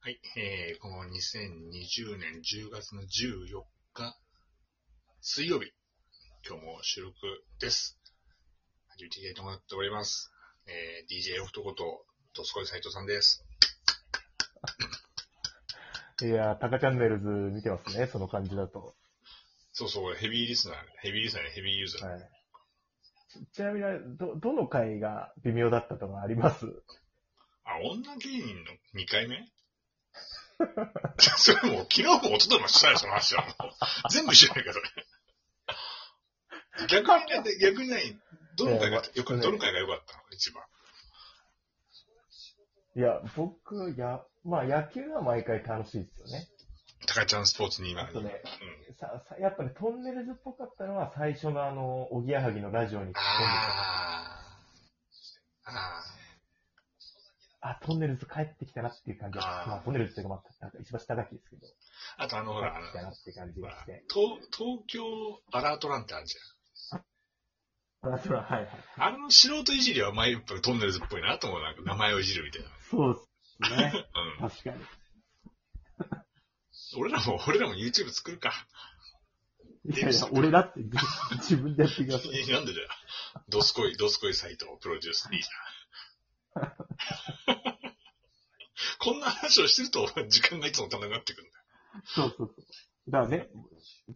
はい、えー、この2020年10月の14日、水曜日、今日も収録です。始めていきたいと思っております。えー、DJ オフとこと、ドスコイ斎藤さんです。いやー、タカチャンネルズ見てますね、その感じだと。そうそう、ヘビーリスナー、ヘビーリスナーね、ヘビーユーザー。はい。ちちなみにあれ、ど、どの回が微妙だったとかありますあ、女芸人の2回目それもう昨日も一昨日もしたでしょ、話はもう。全部一緒やないか、それ。逆にね、逆にない、どの回がよか、どの回が良かったの一番。いや、僕、や、まあ野球は毎回楽しいですよね。高ちゃんスポーツにあ今。とねうん、さ、さやっぱね、トンネルズっぽかったのは最初のあの、おぎやはぎのラジオに突っ込んでた。ああ。ああ、トンネルズ帰ってきたなっていう感じが、あーまあトンネルズというか、まあ、石橋貴樹ですけど、あ。あとあの、ほら、あ帰っのてきたなっていう感じがして。東、東京アラートなんてあるじあ、それは、はいはい。ゃん。あの素人いじりは、まあ、やっぱトンネルズっぽいなと思う。なんか名前をいじるみたいな。そうですね。うん。確 かに。俺らも、俺らも YouTube 作るか。いやいや、俺だって自自分でやってください。えなんでだよ。ドスコイ、ドスコイサイトプロデュース。いいじ ゃん。こんな話をしてると、時間がいつも足らなくなってくるんだよ。そうそうそう。だからね、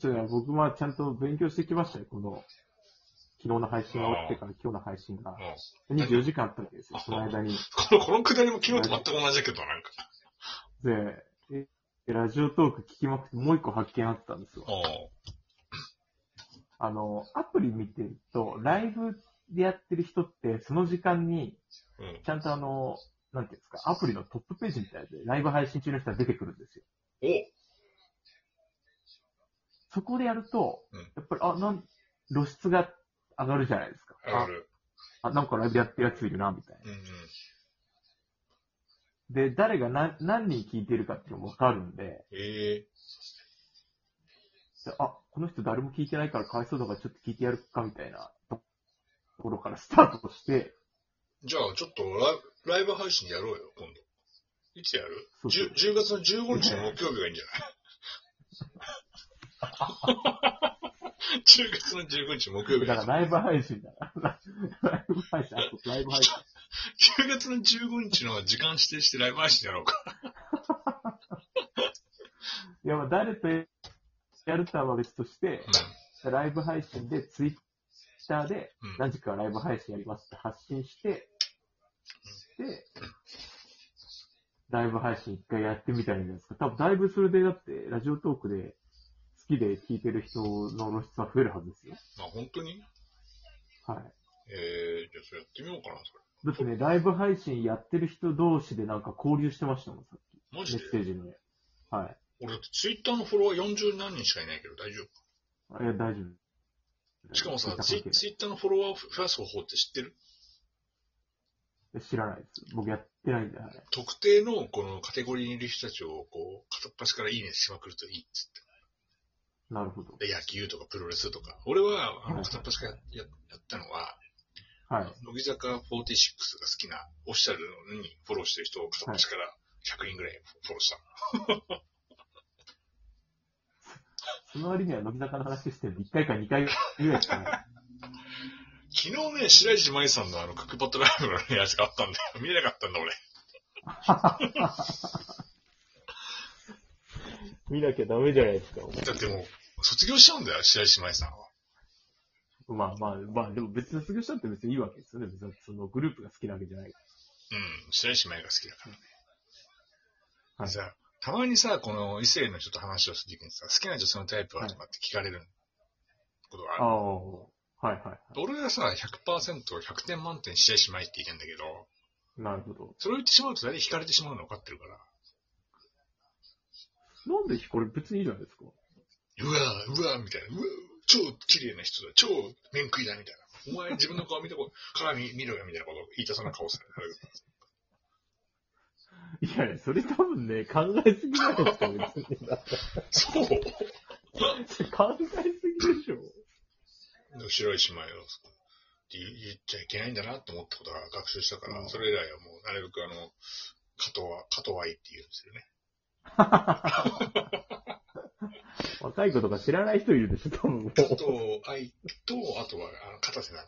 ちょっと僕はちゃんと勉強してきましたよ、この、昨日の配信が終わってから今日の配信が。もう24時間あったわけですよ、その間に。この、このくだりも昨日と全く同じだけど、なんか。で、えラジオトーク聞きまくって、もう一個発見あったんですよ。おうあの、アプリ見てると、ライブでやってる人って、その時間に、うん。ちゃんとあの、なんていうんですか、アプリのトップページみたいで、ライブ配信中の人が出てくるんですよ。おうそこでやるとうん、やっぱり、あ、なん、露出が上がるじゃないですか。ある。あ、なんかライブやってるやついるな、みたいな。うんうん。で、誰が何何人聞いてるかっていうのもわかるんで、ええであ、この人誰も聞いてないからかわいそうだからちょっと聞いてやるか、みたいなところからスタートして、じゃあ、ちょっとラライブ配信やろうよ、今度。いつやるそうそう 10, 10月の15日の木曜日がいいんじゃない ?10 月の15日木曜日だがいいからライブ配信だから。ライブ配信、あそうライブ配信。 10月の15日の時間指定してライブ配信やろうか。いや、まあ誰とやるとは別として、ライブ配信でツイッターでうん。うん。何時からライブ配信やりますって発信して、で、ライブ配信一回やってみたらいいんじゃないですか。多分だいぶそれでだって、ラジオトークで好きで聞いてる人の露出は増えるはずですよ。まあ、本当にはい。ええじゃあ、それやってみようかな、それ。だってね、ライブ配信やってる人同士でなんか交流してましたもん、さっマき。ジメでッセージのね。はい。俺、ツイッターのフォロワー40何人しかいないけど大丈夫。あれ大丈夫。しかもさ、ツツイイッター関係ツイッターのフォロワーを増やす方法って知ってるない知らないです。僕やってないんで、あれ。特定のこのカテゴリーにいる人たちをこう片っ端からいいねしまくるといいっつっなるほど。て。で野球とかプロレスとか。俺はあはのい片っ端からややったのは、はい。乃木坂46が好きなオフィシャルのにフォローしてる人を片っ端から100人ぐらいフォローした。その割には乃木坂の話してるの1回か2回ぐらいしかない。昨日ね、白石麻衣さんのあのクックパッドライブのねやつがあったんだよ。 見れなかったんだ俺。 見なきゃダメじゃないですか。だってもう卒業しちゃうんだよ、白石麻衣さんは。まあまあ、まあでも別に卒業したって別にいいわけですよね。別にそのグループが好きなわけじゃない。うん、白石麻衣が好きだからね。はいさたまにさ、この異性の人と話をするときにさ、好きな女性のタイプはとかって聞かれることがある。ああ、はいはいは俺はさ、100%、100点満点白石麻衣って言ってんだけど、い。なるほど。それを言ってしまうと大体惹かれてしまうの分かってるから、なんでこれ別にいいじゃないですか。うわーうわーみたいな、うわー超綺麗な人だ、超面食いだみたいな。お前自分の顔見たこ鏡見ろよみたいなことを言いたそうな顔する。いやいや、それ多分ね、考えすぎないですか、別に。そう考えすぎでしょ。白石麻衣をって言言っちゃいけないんだなって思ったことが学習したから、うんそれ以来はもう、なるべくあの、加藤は、加藤愛って言うんですよね。若い子とか知らない人いるでしょ、多分もう。加藤愛と、あとは、あの、片瀬なの。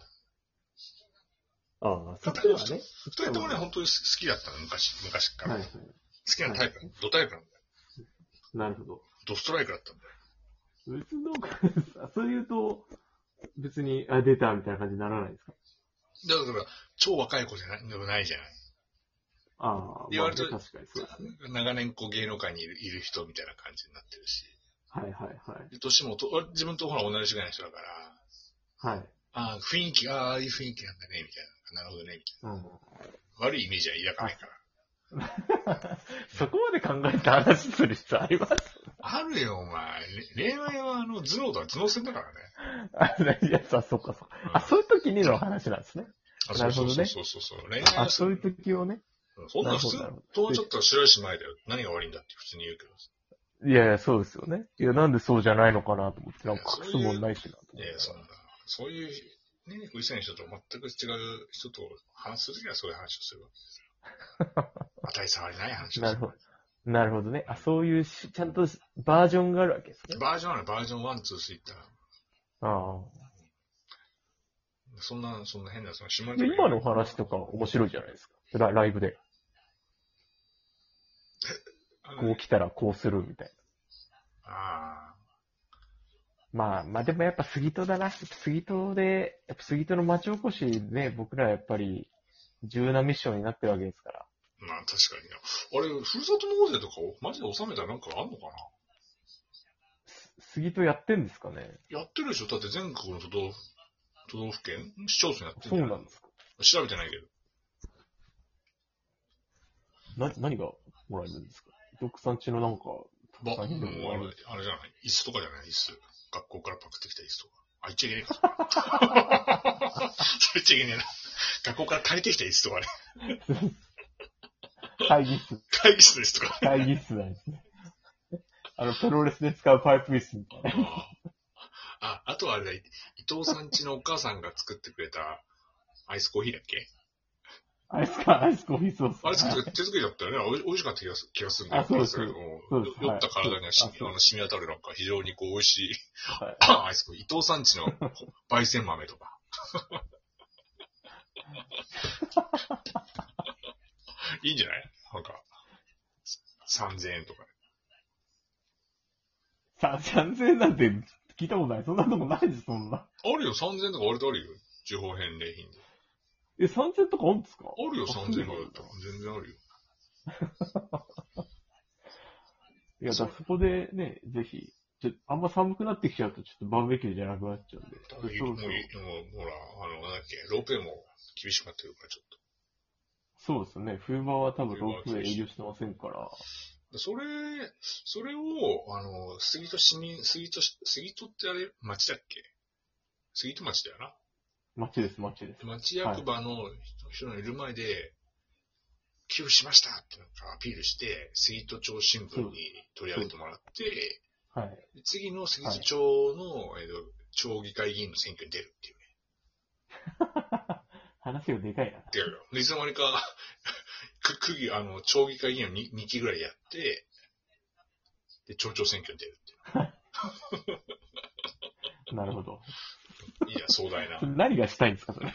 ああ、そっち加藤はさんね。二人ともね、本当に好きだったの、昔、昔かはら。いは好きなタイプ、ドタイプなんだよ。い。なるほど。ドストライクだったんだよ。別の、そういうと、別に、あ、出たみたいな感じにならないですかだからだから、超若い子じゃない、でもないじゃない。ああ、いやまあね割と確かにそうですね。長年こう芸能界にいるいる人みたいな感じになってるし。はいはいはい。で年もと、俺自分とほら同じぐらいの人だから、はい。ああ、雰囲気、ああ、ああいう雰囲気なんだね、みたいな。なるほどね、みたい うん、な。悪いイメージは抱かないから。そこまで考えて話する必要ありますあるよ、お前。れ恋愛は、あの、頭脳とは頭脳戦だからね。 あ、いや、さ、そっかそっか。あ、そういう時にの話なんですね。あなるほどねそうそうそうそう。恋愛あ、はそういう時をね。そんななのる普ほ通どなるほとちょっと白石前だよ。何が悪いんだって普通に言うけど。いやいや、そうですよね。いや、なんでそうじゃないのかなと思って、なんか隠すもんないしなと思って。いや、そんな。そういう、ね、不正の人と全く違う人と話するときはそういう話をするわけです よ。当たり障りない話をなするるほ。ど。なるほどね。あ、そういうし、ちゃんとしバージョンがあるわけですね。バージョンあるバージョン1、2、3ったら、あそんな、そんな変な、その下あ。ネタで今のお話とか面白いじゃないですか。ラライブで。あこう来たらこうするみたいあな。まあ、まあでもやっぱ杉戸だな。杉戸で、やっぱ杉戸の町おこしね、僕らやっぱり重要なミッションになってるわけですから。ー、まあ確かにな。あれ、ふるさと納税とかをマジで納めたらなんかあんのかす杉戸やってんですかねなやってるでしょだって全国の都道府都道府県市町村やってるそうなんですか調べてないけど。な、何がもらえるんですか伊藤さんちのなんか、ば、もう大あれ変だねあれじゃない椅子とかじゃない椅子。学校からパクってきた椅子とか。あ、言っちゃいけねえか。 それ言っちゃいけねえな。学校から借りてきた椅子とかね。会議室、 会議室ですとか。会議室なんですね。 あの、プロレスで使うパイプ椅子みたいな。あ、あとはあれだ、い伊藤さんちのお母さんが作ってくれたアイスコーヒーだっけあれですかアイスコーヒーソース。あれ作って、手作りだったよね。おい美味しかった気がす気がするんだよあそうですんそうよです酔った体にはしはいそうあの染み当たるなんか非常にこう美味しいはい アイスコーヒー。伊藤さん ちの焙煎豆とか。 いいんじゃないなんか、3000円とか。さ、3000円なんて聞いたことない。そんなとこないです、そんな。あるよ、3000円とか割とあるよ。地方返礼品で。え、3000円とかあるんですかあるよ、あ3000円とかだったら。全然あるよ。いや、だからそこでね、ぜひ、ちょあんま寒くなってきちゃうと、ちょっとバーベキューじゃなくなっちゃうんで。もう、そもろうそろほら、あの、なんだっけ、ロープウェイも厳しくなってるから、ちょっと。そうですね。冬場は多分ロープウェイ営業してませんから。でそれ、それを、あの、杉戸市民、杉戸し、杉戸ってあれ、町だっけ杉戸町だよな。街です、街です。町役場の人のいる前で、寄付しましたってなんかアピールして、杉戸町新聞に取り上げてもらって、はい。で次の杉戸町の、えっと、町議会議員の選挙に出るっていうね。話がでかいな。ってやるよでいつの間にか、く、区議、あの、町議会議員を 2, 2期ぐらいやって、で、町長選挙に出るっていう。なるほど。いいや、壮大なそ。れ何がしたいんですか、それ。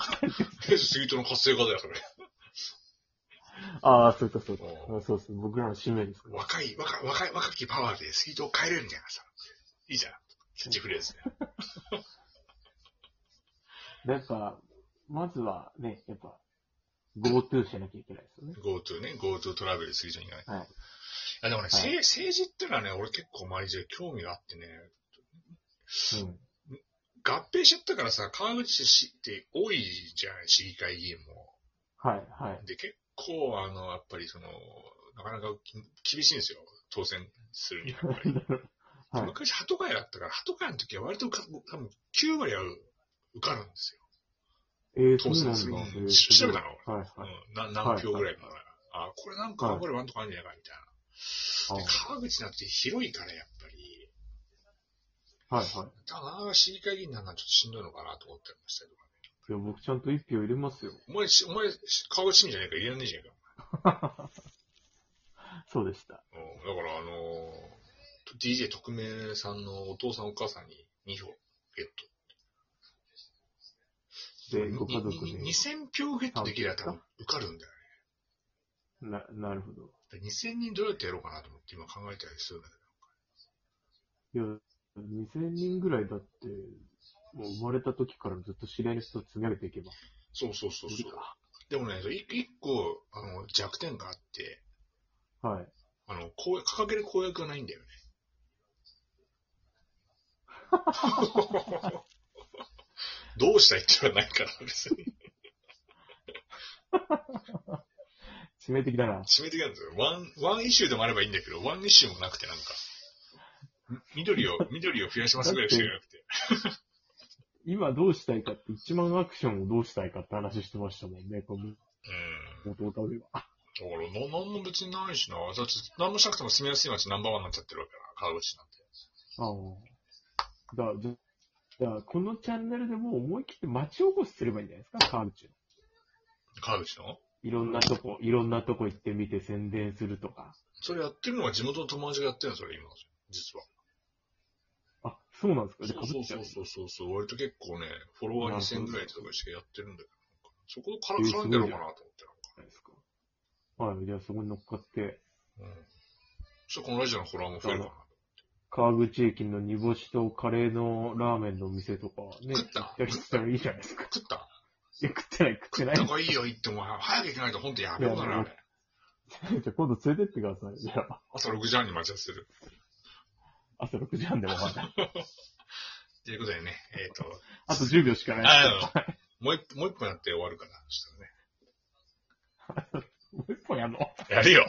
杉戸の活性化だよ、それ。ああ、そうか、そうかう。そうです。僕らの使命ですから。若い、若、若い、若きパワーで杉戸を変えるみたいなさ。いいじゃん。キャッチフレーズね。なんか、まずはね、やっぱ、GoTo しなきゃいけないですよね。 GoTo ね、GoTo トラベル杉戸に行かない。はい。あ、でもね、はい政政治ってのはね、俺結構周りで興味があってね、うん。合併しちゃったからさ、川口市って多いじゃん、市議会議員も。はい、 はい。で、結構、あの、やっぱりその、なかなかき厳しいんですよ。当選するにはやっぱり。はい昔、鳩会だったから、鳩会の時は割とか、多分9割は受かるんですよ。えー、当選する。そうなんだうんし調べたのはい、俺はい。うん、な何票ぐらいもらう。あ、これなんか頑張ればなんとかあるんじゃないか、みたいあな。で川口なんて広いから、やっぱり。はい、はい。だな、市議会議員なんかちょっとしんどいのかなと思ってましたけど。いや、僕ちゃんと一票入れますよ。お前し、お前、川口市民じゃねえか、入れらんねえじゃねえか。そうでした。うんだからあのー、DJ 特命さんのお父さんお母さんに2票ゲット。で、ご家族でに。2000票ゲットできれば多分受かるんだよな、なるほど。ね。で2000人どうやってやろうかなと思って今考えたりするんだけど。いや、2000人ぐらいだって、もう生まれた時からずっと知り合いの人を積み上げていけば。そうそうそう無そ理う。か。でもね、い一個あの弱点があって、はい。あの、公約掲げる公約がないんだよね。どうしたいって言わないから、別に。致命的だな。致命的なんですよ。ワン、ワンイシューでもあればいいんだけど、ワンイシューもなくてなんか、み緑を、緑を増やしますぐらいしかなくて。今どうしたいかって、1万アクションをどうしたいかって話してましたもんね、この弟では。うん。だから、な、なんも別にないしな。だって、なんもしなくても住みやすい街ナンバーワンになっちゃってるわけだから、川口なんて。ああ。だじゃ、じゃあこのチャンネルでもう思い切って町おこしすればいいんじゃないですか、川口を。川口のいろんなとこ、いろんなとこ行ってみて宣伝するとか。それやってるのは地元の友達がやってるの、それ今、実は。あ、そうなんですか。そうで、かぶそっうちゃう。そうそうそう、割と結構ね、フォロワー2000ぐらいとかしてやってるんだけど、なんかそこから絡んでやろうかなと思って、ないですか。はい、じゃあそこに乗っかって、なんか。うん。そしたらこのラジオのフォロワーも増えるかな。川口駅の煮干しとカレーのラーメンのお店とか ね、食ったやりつつらいいじゃないですか。食ったいや、食ってない、食っ てない。なんじかいいよ、行っても、早く行かないと本当やべえから、あれ。ゃあ今度連れてってください。じゃあ、朝6時半に待ち合わせする。朝6時半でもまだ。ということでね、えっ、 と、あと10秒しかない。あの、もう一、もう一本やって終わるかな、そしたらね。もう一本やんのやるよ